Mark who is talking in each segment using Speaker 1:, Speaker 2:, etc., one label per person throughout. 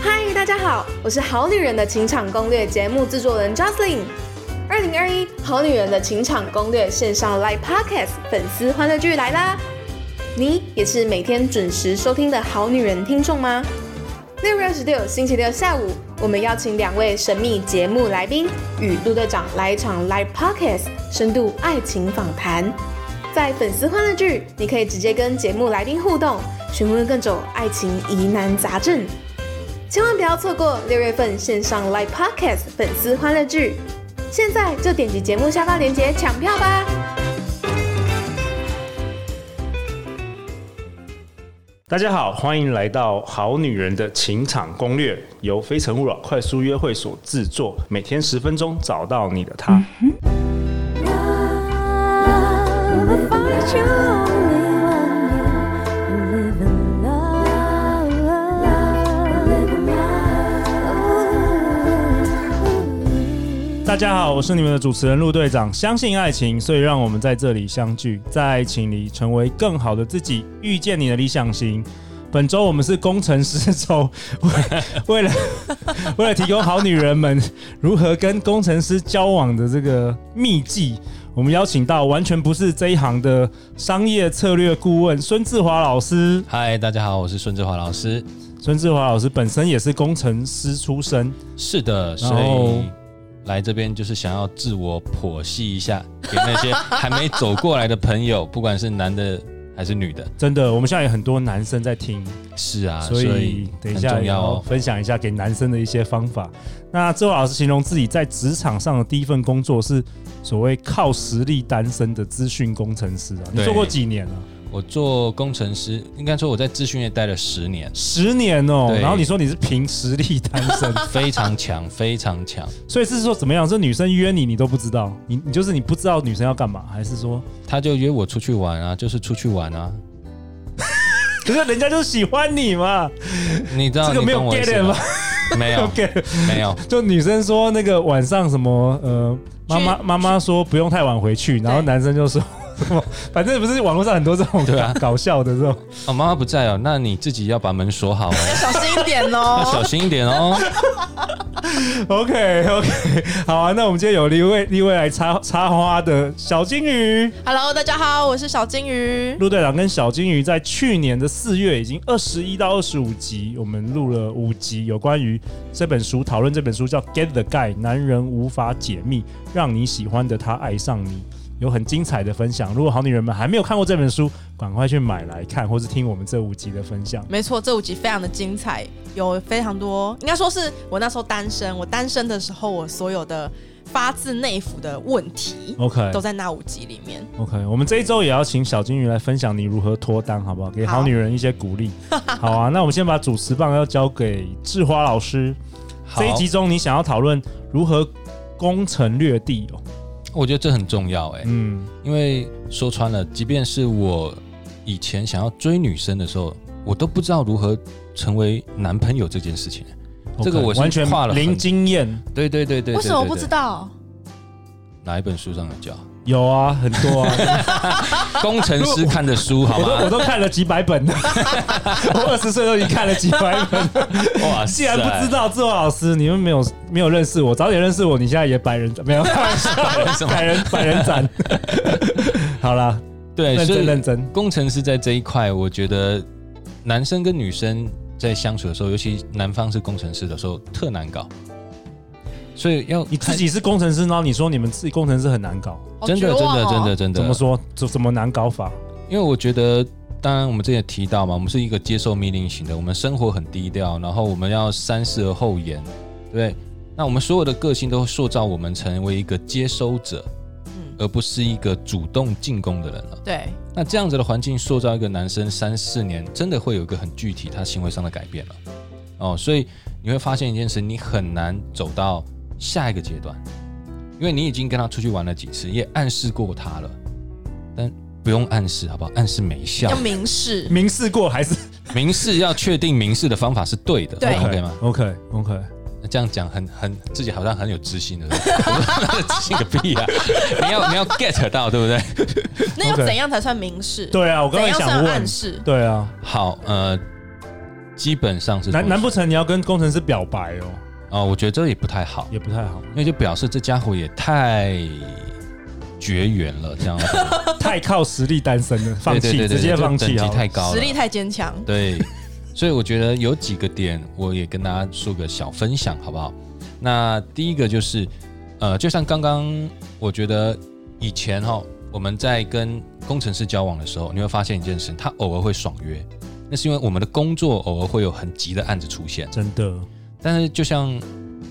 Speaker 1: 嘿，大家好，我是《好女人的情场攻略》节目制作人 Jocelyn。二零二一《好女人的情场攻略》线上 Live Podcast 粉丝欢乐剧来啦！你也是每天准时收听的好女人听众吗？六月二十六星期六下午，我们邀请两位神秘节目来宾与陆队长来一场 Live Podcast 深度爱情访谈。在粉丝欢乐剧，你可以直接跟节目来宾互动，询问各种爱情疑难杂症。千万不要错过六月份线上 Live Podcast 粉丝欢乐剧，现在就点击节目下方链接抢票吧！
Speaker 2: 大家好，欢迎来到《好女人的情场攻略》，由《非诚勿扰》快速约会所制作，每天十分钟，找到你的他。
Speaker 3: Love, find you only one. You live in love, live in love.
Speaker 2: 大家好，我是你们的主持人陆队长。相信爱情，所以让我们在这里相聚，在爱情里成为更好的自己，遇见你的理想型。本周我们是工程师周， 为为了为了提供好女人们如何跟工程师交往的这个秘籍，我们邀请到完全不是这一行的商业策略顾问孙志华老师。
Speaker 4: 嗨，大家好，我是孙志华老师。
Speaker 2: 孙志华老师本身也是工程师出身，
Speaker 4: 是的，
Speaker 2: 然
Speaker 4: 所
Speaker 2: 后
Speaker 4: 以来这边就是想要自我剖析一下，给那 些还没走过来的朋友，不管是男的还是女的。
Speaker 2: 真的，我们现在有很多男生在听，
Speaker 4: 是啊，
Speaker 2: 所
Speaker 4: 所
Speaker 2: 以
Speaker 4: 以
Speaker 2: 等
Speaker 4: 很
Speaker 2: 一下
Speaker 4: 重
Speaker 2: 也
Speaker 4: 要
Speaker 2: 要
Speaker 4: 哦。
Speaker 2: 分享一下给男生的一些方法。那志华老师形容自己在职场上的第一份工作是所谓靠实力单身的资讯工程师啊，你
Speaker 4: 对
Speaker 2: 做过几年啊？，
Speaker 4: 我做工程师，应该说我在资讯业待了十年
Speaker 2: 十年哦、
Speaker 4: 对
Speaker 2: 然后你说你是凭实力单 身，
Speaker 4: 非 常强，非常强。
Speaker 2: 所以是说怎么样？是女生约你，你都不知道，你你就是你不知道女生要干嘛，还是说，
Speaker 4: 他就约我出去玩啊，就是出去玩啊。
Speaker 2: 可是人家就喜欢你嘛？
Speaker 4: 你知道
Speaker 2: 这个
Speaker 4: 你
Speaker 2: 没有
Speaker 4: 懂我意
Speaker 2: get
Speaker 4: 思
Speaker 2: 了吗
Speaker 4: 吗？ 没有，
Speaker 2: ？OK，
Speaker 4: 没有。
Speaker 2: 就女生说那个晚上什么呃，妈妈妈妈说不用太晚回去，然后男生就说 什么，反正不是网络上很多这种
Speaker 4: 对啊
Speaker 2: 搞笑的这种，
Speaker 4: 哦，妈妈不在哦，那你自己要把门锁好哦，
Speaker 5: 小心一点
Speaker 4: 要
Speaker 5: 哦。
Speaker 4: 小心一点哦。
Speaker 2: OK OK，好啊，那我们今天有一位一位来插插花的小金鱼
Speaker 5: Hello，大家好，我是小金鱼。
Speaker 2: 陆队长跟小金鱼在去年的四月已经二十一到二十五集，我们录了五集有关于这本书，讨论这本书叫《Get the Guy》，男人无法解密，让你喜欢的他爱上你。有很精彩的分享，如果好女人们还没有看过这本书，赶快去买来看，或是听我们这五集的分享。
Speaker 5: 没错，这五集非常的精彩，有非常多，应该说是我那时候单身，我单身的时候，我所有的发自内腑的问题
Speaker 2: OK
Speaker 5: 都在那五集里面。
Speaker 2: OK，我们这一周也要请小金鱼来分享你如何脱单，好不好？给好
Speaker 5: 好
Speaker 2: 女人一些鼓 励。好啊，那我们先把主持棒要交给志花老师。
Speaker 4: 好
Speaker 2: 这一集中，你想要讨论如何攻城略地哦。
Speaker 4: 我觉得这很重要哎、
Speaker 2: 嗯，
Speaker 4: 因为说穿了，即便是我以前想要追女生的时候，我都不知道如何成为男朋友这件事情。这个
Speaker 2: OK，
Speaker 4: 我是
Speaker 2: 完全
Speaker 4: 跨了很
Speaker 2: 零经验，
Speaker 4: 对对对对
Speaker 5: 为什么不知？道？
Speaker 4: 哪一本书上有教？
Speaker 2: 有啊，很多啊，
Speaker 4: 工程师看的书好
Speaker 2: 我都 我
Speaker 4: 吗？
Speaker 2: 都看了几百 本了。我二十岁都已经看了几百本了。
Speaker 4: 哇
Speaker 2: 既然不知道志华老师，你们没有没有认识我，早点认识我，你现在也百人没有开玩 笑
Speaker 4: 什么
Speaker 2: 百人百人 斩。好啦，
Speaker 4: 对，
Speaker 2: 认
Speaker 4: 哎所
Speaker 2: 真认
Speaker 4: 以
Speaker 2: 真。
Speaker 4: 工程师在这一块，我觉得男生跟女生在相处的时候，尤其男方是工程师的时候，特难搞。所以要
Speaker 2: 你自己是工程师，然后你说你们自己工程师很难搞，
Speaker 5: 好
Speaker 4: 真的
Speaker 5: 绝
Speaker 4: 真
Speaker 5: 望
Speaker 4: 的
Speaker 5: 哦
Speaker 4: 真的。真的
Speaker 2: 怎么说？怎怎么难搞法？
Speaker 4: 因为我觉得，当然我们之前也提到嘛，我们是一个接受命令型的，我们生活很低调，然后我们要三思而后言，对不对？那我们所有的个性都塑造我们成为一个接收者，
Speaker 5: 嗯，
Speaker 4: 而不是一个主动进攻的人了。
Speaker 5: 对，
Speaker 4: 那这样子的环境塑造一个男生三四年，真的会有一个很具体他行为上的改变了。哦，所以你会发现一件事，你很难走到下一个阶段，因为你已经跟他出去玩了几次，也暗示过他了，但不用暗示好不好？暗示没效
Speaker 5: 要，明示。
Speaker 2: 明示过还是
Speaker 4: 明示要确定明示的方法是对的，
Speaker 5: 对
Speaker 4: 哎 OK 吗？
Speaker 2: ？OK OK，
Speaker 4: 那这样讲很很自己好像很有自信的，对不 对我说自信个屁啊！你要你要 get 到，对不对？
Speaker 5: 那要
Speaker 2: OK
Speaker 5: 怎样才算明示？，
Speaker 2: 对啊，我刚
Speaker 5: 怎
Speaker 2: 才
Speaker 5: 样
Speaker 2: 想
Speaker 5: 算
Speaker 2: 问
Speaker 5: 暗，示？
Speaker 2: 对啊，
Speaker 4: 好，呃，基本上是
Speaker 2: 难
Speaker 4: 同时
Speaker 2: 难不成你要跟工程师表白哦？
Speaker 4: 哦，我觉得这也不太好，
Speaker 2: 也不太 好，
Speaker 4: 那就表示这家伙也太绝缘了，这样子
Speaker 2: 太靠实力单身了，放
Speaker 4: 对对
Speaker 2: 弃，
Speaker 4: 对对
Speaker 2: 直接
Speaker 4: 这
Speaker 2: 放弃
Speaker 4: 等
Speaker 2: 好
Speaker 4: 级
Speaker 2: 了
Speaker 4: 太高了，
Speaker 5: 实力太 坚强。
Speaker 4: 对，所以我觉得有几个点，我也跟大家做个小分享，好不好？那第一个就是，呃，就像刚刚，我觉得以前哈、我们在跟工程师交往的时候，你会发现一件事，他偶尔会爽约，那是因为我们的工作偶尔会有很急的案子出现。
Speaker 2: 真的，
Speaker 4: 但是就像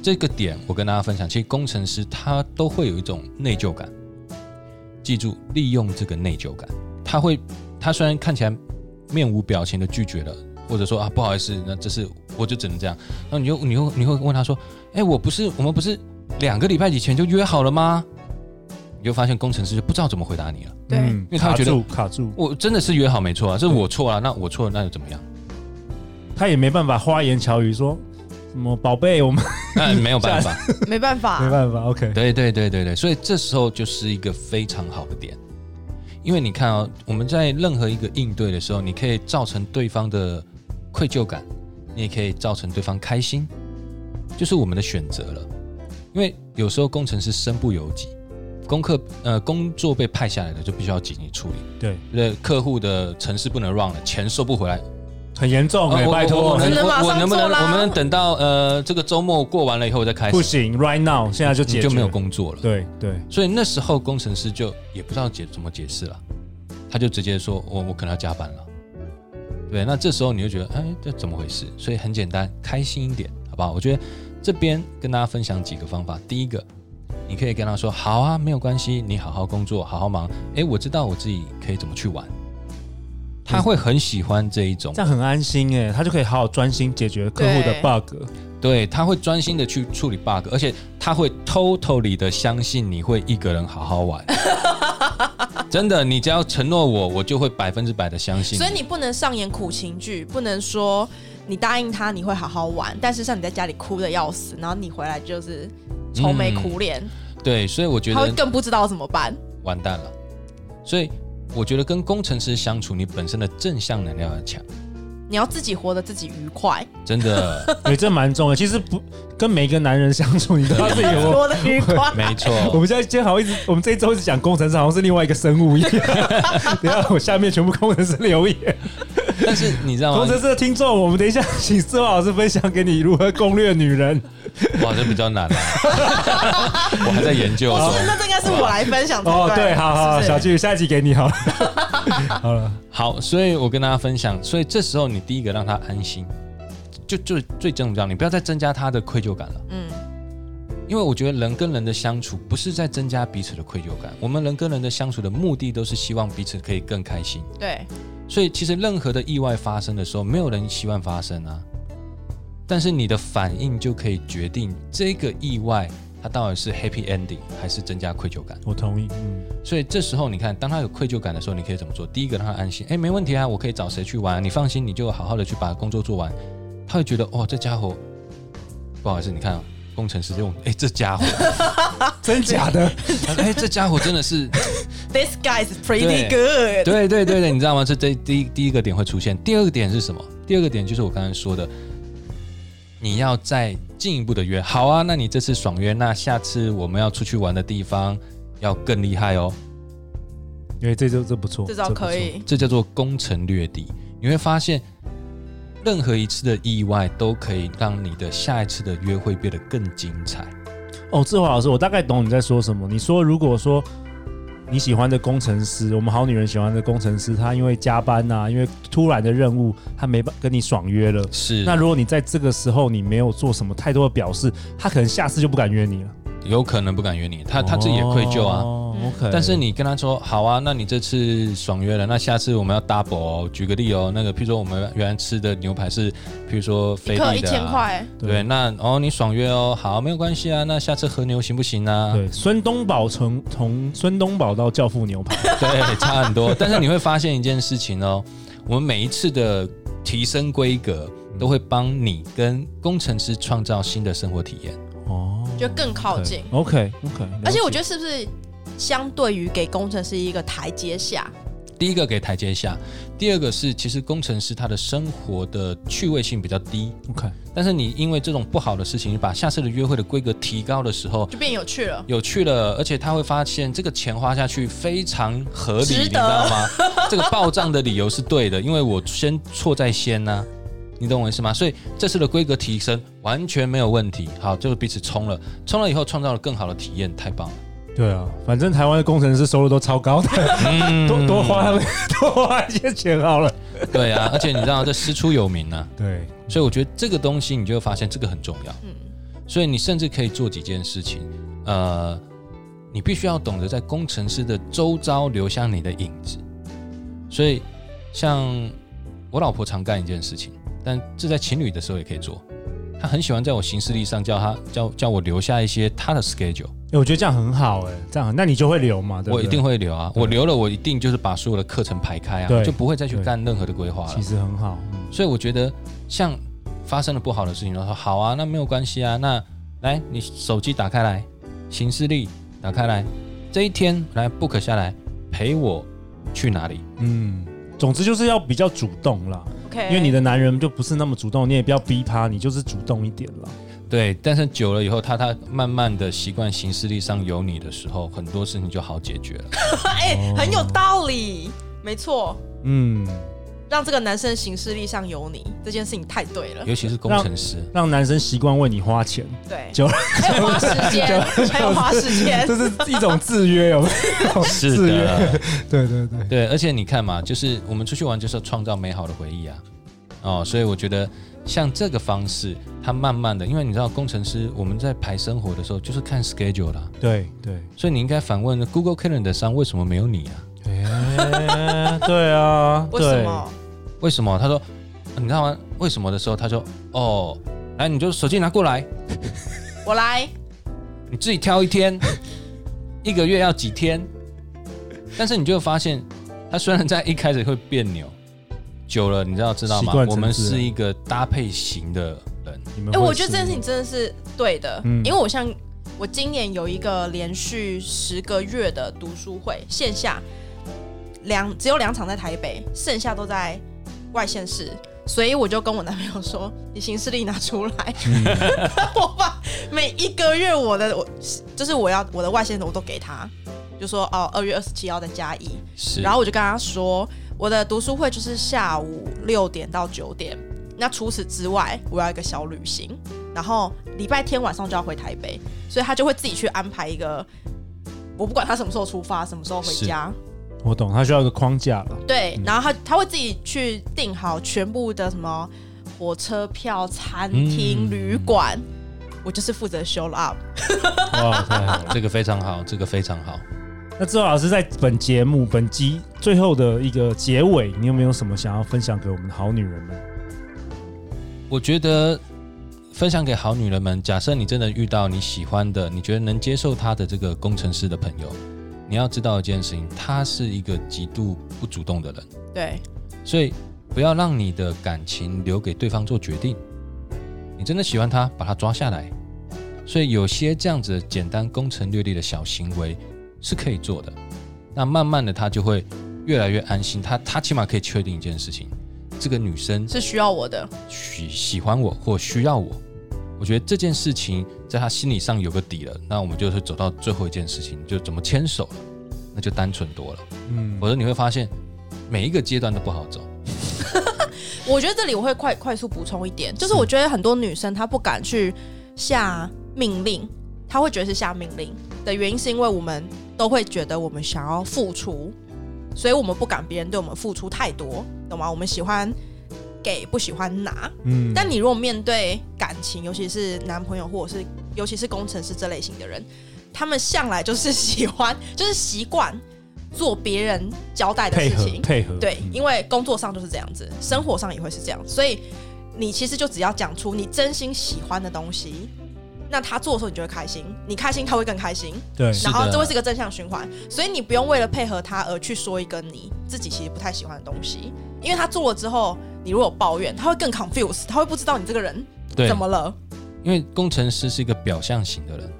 Speaker 4: 这个点，我跟大家分享，其实工程师他都会有一种内疚感。记住，利用这个内疚感，他会，他虽然看起来面无表情的拒绝了，或者说啊不好意思，那这是我就只能这样。然后你又你又你会问他说，哎、我不是我们不是两个礼拜以前就约好了吗？你就发现工程师就不知道怎么回答你了。
Speaker 5: 对
Speaker 4: 因为
Speaker 2: 嗯
Speaker 4: 他
Speaker 2: 卡
Speaker 4: 觉得
Speaker 2: 住卡住，
Speaker 4: 我真的是约好没错啊，这是我错了、那我错了，那又怎么样？
Speaker 2: 他也没办法花言巧语说什么宝贝，我们
Speaker 4: 那没有办法，
Speaker 5: 没办法，
Speaker 2: 没办法，OK，
Speaker 4: 对对对对对，所以这时候就是一个非常好的点，因为你看哦，我们在任何一个应对的时候，你可以造成对方的愧疚感，你也可以造成对方开心，就是我们的选择了。因为有时候工程师身不由己，功课呃工作被派下来的就必须要紧急处理，
Speaker 2: 对，
Speaker 4: 对不对客户的城市不能 run 了，钱收不回来，
Speaker 2: 很严重
Speaker 4: 呃
Speaker 2: 哎，
Speaker 4: 我
Speaker 2: 拜
Speaker 4: 我我
Speaker 2: 托
Speaker 4: 能，
Speaker 5: 只能
Speaker 4: 我
Speaker 5: 马
Speaker 4: 我
Speaker 5: 上
Speaker 4: 能不能
Speaker 5: 做啦
Speaker 4: 我们能等到呃这个周末过完了以后再开
Speaker 2: 不
Speaker 4: 始，
Speaker 2: 行，right now，现在就
Speaker 4: 你
Speaker 2: 解决
Speaker 4: 就没有，工作了。
Speaker 2: 对对，
Speaker 4: 所以那时候工程师就也不知道解怎么解释了，他就直接说：“我我可能要加班了。”对，那这时候你就觉得，哎，这怎么回事？所以很简单，开心一点，好不好？我觉得这边跟大家分享几个方法。第一个，你可以跟他说：“好啊，没有关系，你好好工作，好好忙。哎，我知道我自己可以怎么去玩。”他会很喜欢这一种
Speaker 2: 这，样很安心哎，他就可以好好专心解决客户的
Speaker 5: 对
Speaker 2: bug，
Speaker 4: 对，他会专心的去处理 bug，而且他会 totally 的相信你会一个人好好 玩。真的，你只要承诺我，我就会百分之百的相信。
Speaker 5: 所以你不能上演苦情剧，不能说你答应他你会好好玩，但事实上你在家里哭的要死，然后你回来就是愁眉苦脸，
Speaker 2: 嗯
Speaker 4: 对，所以我觉
Speaker 5: 他会
Speaker 4: 得
Speaker 5: 更不知道怎么办。
Speaker 4: 完蛋了。所以我觉得跟工程师相处，你本身的正向能量要强，
Speaker 5: 你要自己活得自己愉 快，
Speaker 4: 真 的
Speaker 2: 对，这蛮重要。其实不跟每一个男人相处，你都要自己 活。
Speaker 5: 活得愉快
Speaker 4: 没
Speaker 2: 我
Speaker 4: 错。
Speaker 2: 们现在今天好像一直，我们这一周一直讲工程师，好像是另外一个生物一样。等一下我下面全部工程师留言，
Speaker 4: 但是你知道
Speaker 2: 工
Speaker 4: 吗
Speaker 2: 程？师的听众，我们等一下请四华老师分享给你如何攻略女人。
Speaker 4: 哇，这比较难 了，我还在研究
Speaker 5: 不
Speaker 4: 中
Speaker 5: 是，。那这应该是我来分享才
Speaker 2: 哦，对，好好
Speaker 5: 是
Speaker 2: 好，
Speaker 5: 不是
Speaker 2: 小巨，下一集给你好了。好了，
Speaker 4: 好，所以我跟大家分享，所以这时候你第一个让他安心，就就最重要，你不要再增加他的愧疚感了。
Speaker 5: 嗯，
Speaker 4: 因为我觉得人跟人的相处不是在增加彼此的愧疚感，我们人跟人的相处的目的都是希望彼此可以更开心。
Speaker 5: 对，
Speaker 4: 所以其实任何的意外发生的时候，没有人希望发生啊。但是你的反应就可以决定这个意外它到底是 happy ending 还是增加愧疚感。
Speaker 2: 我同意。嗯，
Speaker 4: 所以这时候你看，当他有愧疚感的时候，你可以怎么做？第一个让他安心，哎，没问题啊，我可以找谁去玩啊、你放心，你就好好的去把工作做完。他会觉得，哦，这家伙，不好意思，你看、啊、工程师用，哎，这家伙，
Speaker 2: 真假的？
Speaker 4: 哎，这家伙真的是，
Speaker 5: This guy is pretty
Speaker 4: 对
Speaker 5: good。
Speaker 4: 对对对对，你知道吗？这这第一第一个点会出现，第二个点是什么？第二个点就是我刚才说的，你要再进一步的约，好啊，那你这次爽约，那下次我们要出去玩的地方要更厉害哦，
Speaker 2: 因为这周这不错，
Speaker 5: 这招可以，
Speaker 4: 这叫做攻城略地。你会发现，任何一次的意外都可以让你的下一次的约会变得更精彩。
Speaker 2: 哦，志华老师，我大概懂你在说什么。你说，如果说你喜欢的工程师，我们好女人喜欢的工程师，他因为加班呐、因为突然的任务，他没办跟你爽约了。
Speaker 4: 是，
Speaker 2: 那如果你在这个时候你没有做什么太多的表示，他可能下次就不敢约你了。
Speaker 4: 有可能不敢约你，他他自己也愧疚啊。
Speaker 2: 哦
Speaker 5: 嗯
Speaker 2: OK，
Speaker 4: 但是你跟他说好啊，那你这次爽约了，那下次我们要 double 哦。举个例哦，那个譬如说我们原来吃的牛排是，譬如说
Speaker 5: 一
Speaker 4: 菲力的、
Speaker 5: 克
Speaker 4: 啊，
Speaker 5: 一千，块，
Speaker 4: 对，那哦你爽约哦，好没有关系啊，那下次和牛行不行啊？
Speaker 2: 对，孙东宝从从孙东宝到教父牛排，
Speaker 4: 对，差很多。但是你会发现一件事情哦，我们每一次的提升规格，都会帮你跟工程师创造新的生活体验。
Speaker 2: 哦，
Speaker 5: 就更靠近。
Speaker 2: OK OK，
Speaker 5: 而且我觉得是不是相对于给工程师一个台阶下，
Speaker 4: 第一个给台阶下，第二个是其实工程师他的生活的趣味性比较低，
Speaker 2: OK，
Speaker 4: 但是你因为这种不好的事情，你把下次的约会的规格提高的时候，
Speaker 5: 就变有趣了。
Speaker 4: 有趣了，而且他会发现这个钱花下去非常合理，
Speaker 5: 值得
Speaker 4: 你知道 吗？这个报账的理由是对的，因为我先错在先呢、你懂我意思吗？所以这次的规格提升完全没有问题。好，就是彼此冲了，冲了以后创造了更好的体验，太棒了。
Speaker 2: 对啊，反正台湾的工程师收入都超高 的，多多花他们 多花一些钱好了。
Speaker 4: 对啊，而且你知道这师出有名啊，
Speaker 2: 对，
Speaker 4: 所以我觉得这个东西你就会发现这个很重要。
Speaker 5: 嗯
Speaker 4: 所以你甚至可以做几件事情，呃，你必须要懂得在工程师的周遭留下你的影子。所以，像我老婆常干一件事情，但这在情侣的时候也可以做。她很喜欢在我行事历上叫她叫叫我留下一些她的 schedule，
Speaker 2: 欸我觉得这样很好哎、这样很那你就会留嘛，对不
Speaker 4: 我
Speaker 2: 对？
Speaker 4: 一定会留啊，
Speaker 2: 对
Speaker 4: 我留了我一定就是把所有的课程排开啊，
Speaker 2: 对
Speaker 4: 就不会再去干任何的规划了
Speaker 2: 其。实很好，嗯，
Speaker 4: 所以我觉得像发生了不好的事情，然后说好啊，那没有关系啊，那来你手机打开来，行事历打开来，这一天来 book 下来，陪我去哪里？
Speaker 2: 嗯，总之就是要比较主动啦，
Speaker 5: ，OK，
Speaker 2: 因为你的男人就不是那么主动，你也不要逼他，你就是主动一点啦。
Speaker 4: 对，但是久了以后，他他慢慢的习惯行事历上有你的时候，很多事情就好解决了。
Speaker 5: 哎、
Speaker 2: 哦
Speaker 5: 很有道理，没错，
Speaker 2: 嗯，
Speaker 5: 让这个男生的行事历上有你这件事情太对了，
Speaker 4: 尤其是工程师，
Speaker 2: 让男生习惯为你花钱，
Speaker 5: 对，
Speaker 2: 久
Speaker 5: 还有花时间，还有花时间
Speaker 2: 哎这，是一种制约，有没有？
Speaker 4: 是啊
Speaker 2: 制
Speaker 4: 的
Speaker 2: 约，。 对对对，
Speaker 4: 对，而且你看嘛，就是我们出去玩就是要创造美好的回忆啊，哦，所以我觉得像这个方式，它慢慢的，因为你知道工程师我们在排生活的时候就是看 schedule 啦，
Speaker 2: 对对，
Speaker 4: 所以你应该反问 Google Calendar 上为什么没有你啊？
Speaker 2: 哎，对啊，
Speaker 5: 为什么？
Speaker 4: 为什么？他说，你知道吗？为什么的时候，他说，哦，来，你就手机拿过来，
Speaker 5: 我来，
Speaker 4: 你自己挑一 天，一个月要几天，但是你就会发现，它虽然在一开始会别扭，久了你知道知道
Speaker 2: 习
Speaker 4: 吗
Speaker 2: 惯？成
Speaker 4: 我们
Speaker 2: 自然
Speaker 4: 是一个搭配型的人，
Speaker 2: 对？你们
Speaker 5: 哎、
Speaker 2: 会
Speaker 5: 我觉得这
Speaker 2: 是
Speaker 5: 件事情真的是对的，
Speaker 2: 嗯
Speaker 5: 因为我像我今年有一个连续十个月的读书会，线下两只有两场在台北，剩下都在外县市，所以我就跟我男朋友说：“你行事历拿出来，
Speaker 2: 嗯
Speaker 5: 我把每一个月我的我就是我要我的外县市我都给他，就说哦，二月二十七要在嘉义，
Speaker 4: 是，
Speaker 5: 然后我就跟他说，我的读书会就是下午六点到九点，那除此之外，我要一个小旅行，然后礼拜天晚上就要回台北，所以他就会自己去安排一个，我不管他什么时候出发，什么时候回家，
Speaker 2: 我懂，他需要一个框架了。
Speaker 5: 对，然后他他会自己去订好全部的什么火车票、餐厅、
Speaker 4: 嗯
Speaker 5: 旅馆，我就是负责 show up，
Speaker 2: 哇，太好了。
Speaker 4: 这个非常好，这个非常好。
Speaker 2: 那志豪老师在本节目本集最后的一个结尾，你有没有什么想要分享给我们的好女人们？
Speaker 4: 我觉得分享给好女人们，假设你真的遇到你喜欢的，你觉得能接受他的这个工程师的朋友，你要知道一件事情，他是一个极度不主动的人。
Speaker 5: 对，
Speaker 4: 所以不要让你的感情留给对方做决定。你真的喜欢他，把他抓下来。所以有些这样子的简单攻城略地的小行为是可以做的。那慢慢的他就会越来越安心，他他起码可以确定一件事情：这个女生
Speaker 5: 是需要我的，
Speaker 4: 喜喜欢我或需要我。我觉得这件事情在他心理上有个底了，那我们就是走到最后一件事情，就怎么牵手了，那就单纯多了。
Speaker 2: 嗯，
Speaker 4: 否则你会发现每一个阶段都不好走。
Speaker 5: 我觉得这里我会快快速补充一点，就是
Speaker 2: 嗯
Speaker 5: 我觉得很多女生她不敢去下命令，她会觉得是下命令的原因，是因为我们都会觉得我们想要付出，所以我们不敢别人对我们付出太多，懂吗？我们喜欢给，不喜欢拿。
Speaker 2: 嗯
Speaker 5: 但你如果面对感情，尤其是男朋友或者是尤其是工程师这类型的人，他们向来就是喜欢，就是习惯做别人交代的
Speaker 2: 配
Speaker 5: 事
Speaker 2: 合
Speaker 5: 情。
Speaker 2: 配合，
Speaker 5: 对，
Speaker 2: 嗯
Speaker 5: 因为工作上就是这样子，生活上也会是这样，所以你其实就只要讲出你真心喜欢的东西，那他做的时候你就会开心，你开心他会更开心，
Speaker 2: 对
Speaker 4: 是
Speaker 5: 然后
Speaker 4: 的
Speaker 5: 这会是一个正向循环，所以你不用为了配合他而去说一个你自己其实不太喜欢的东西，因为他做了之后，你如果有抱怨，他会更 confused，他会不知道你这个人
Speaker 4: 对，
Speaker 5: 怎么了，
Speaker 4: 因为工程师是一个表象型的人，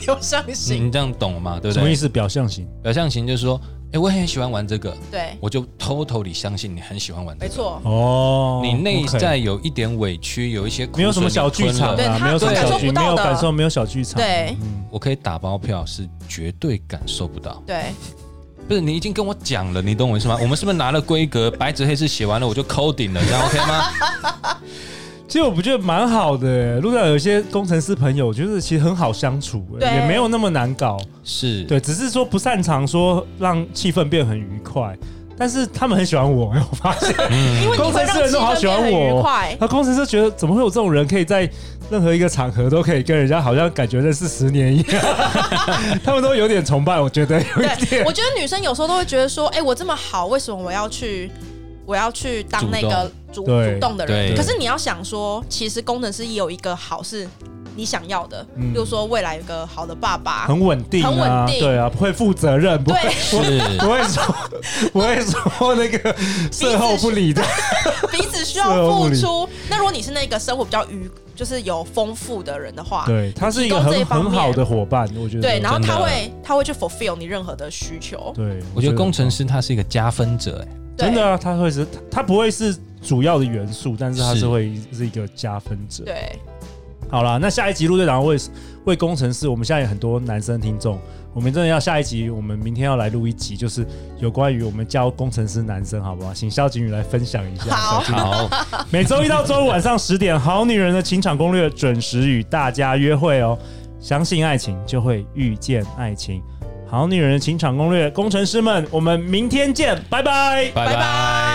Speaker 5: 没有相信。
Speaker 4: 嗯你这样懂吗？对不
Speaker 2: 什么意
Speaker 4: 对？
Speaker 2: 思？表象型
Speaker 4: 表象型就是说哎，我也很喜欢玩这个，
Speaker 5: 对，
Speaker 4: 我就 totally 相信你很喜欢玩这
Speaker 5: 没
Speaker 4: 个。
Speaker 5: 错，
Speaker 2: 哦，
Speaker 4: 你内
Speaker 2: OK
Speaker 4: 在有一点委屈，有一些苦
Speaker 2: 没有什么小
Speaker 4: 水
Speaker 2: 剧
Speaker 4: 你吞
Speaker 2: 场
Speaker 4: 了
Speaker 5: 对
Speaker 2: 啊，
Speaker 5: 他
Speaker 2: 没有什么
Speaker 5: 感
Speaker 2: 小
Speaker 5: 受
Speaker 2: 剧，
Speaker 5: 不
Speaker 2: 没
Speaker 5: 到的
Speaker 2: 有感受，没有小剧场。
Speaker 5: 对
Speaker 2: 嗯，
Speaker 4: 我可以打包票是绝对感受不到。
Speaker 5: 对，
Speaker 4: 不是你已经跟我讲了，你懂我意思吗？我们是不是拿了规格，白纸黑字写完了我就扣顶了，这样 OK 吗？
Speaker 2: 其实我不觉得蛮好的耶，路上有些工程师朋友，就是其实很好相处耶，
Speaker 5: 对
Speaker 2: 也没有那么难搞。
Speaker 4: 是，
Speaker 2: 对，只是说不擅长说让气氛变很愉快，但是他们很喜欢我，我发现。
Speaker 4: 嗯
Speaker 5: 因为你会让气氛变得很愉快。
Speaker 2: 他工程师觉得怎么会有这种人可以在任何一个场合都可以跟人家好像感觉认识十年一 样，他们都有点崇拜，我觉得有 一
Speaker 5: 对，
Speaker 2: 点
Speaker 5: 我。觉得女生有时候都会觉得说，哎、我这么好，为什么我要去，我要去当那个主
Speaker 2: 对
Speaker 5: 主动的
Speaker 4: 对
Speaker 5: 人？可是你要想说，其实工程师也有一个好是你想要的，
Speaker 2: 嗯
Speaker 5: 比如说未来有个好的爸爸，
Speaker 2: 很稳定、啊，
Speaker 5: 很稳定
Speaker 2: 对啊，不会负责任，不会
Speaker 5: 对
Speaker 2: 不会
Speaker 4: 是
Speaker 2: 不会说不会说那个事后不 理的，
Speaker 5: 彼此需要付
Speaker 2: 啊
Speaker 5: 出。那如果你是那个生活比较愉，就是有丰富的人的话，
Speaker 2: 对，他是一个
Speaker 5: 提供这一
Speaker 2: 很
Speaker 5: 方
Speaker 2: 很
Speaker 5: 面
Speaker 2: 好的伙伴，我觉得啊
Speaker 5: 对，然后
Speaker 4: 真的
Speaker 5: 他会他会去 fulfill 你任何的需求。
Speaker 2: 对，
Speaker 4: 我觉得工程师他是一个加分者，哎，
Speaker 5: 对
Speaker 2: 真的啊，他会是他他不会是主要的元素，但是他
Speaker 4: 是
Speaker 2: 是会是一个加分者。
Speaker 5: 对，
Speaker 2: 好啦，那下一集陆队长为为工程师，我们现在有很多男生听众，我们真的要下一集，我们明天要来录一集，就是有关于我们教工程师男生，好不好？请萧景宇来分享一下。
Speaker 5: 好
Speaker 2: 萧敬宇
Speaker 4: 好，
Speaker 2: 每周一到周五晚上十点，《好女人的情场攻略》准时与大家约会哦。相信爱情，就会遇见爱情。好女人的情场攻略，工程师们，我们明天见，拜拜。
Speaker 4: 拜
Speaker 5: 拜
Speaker 4: 拜。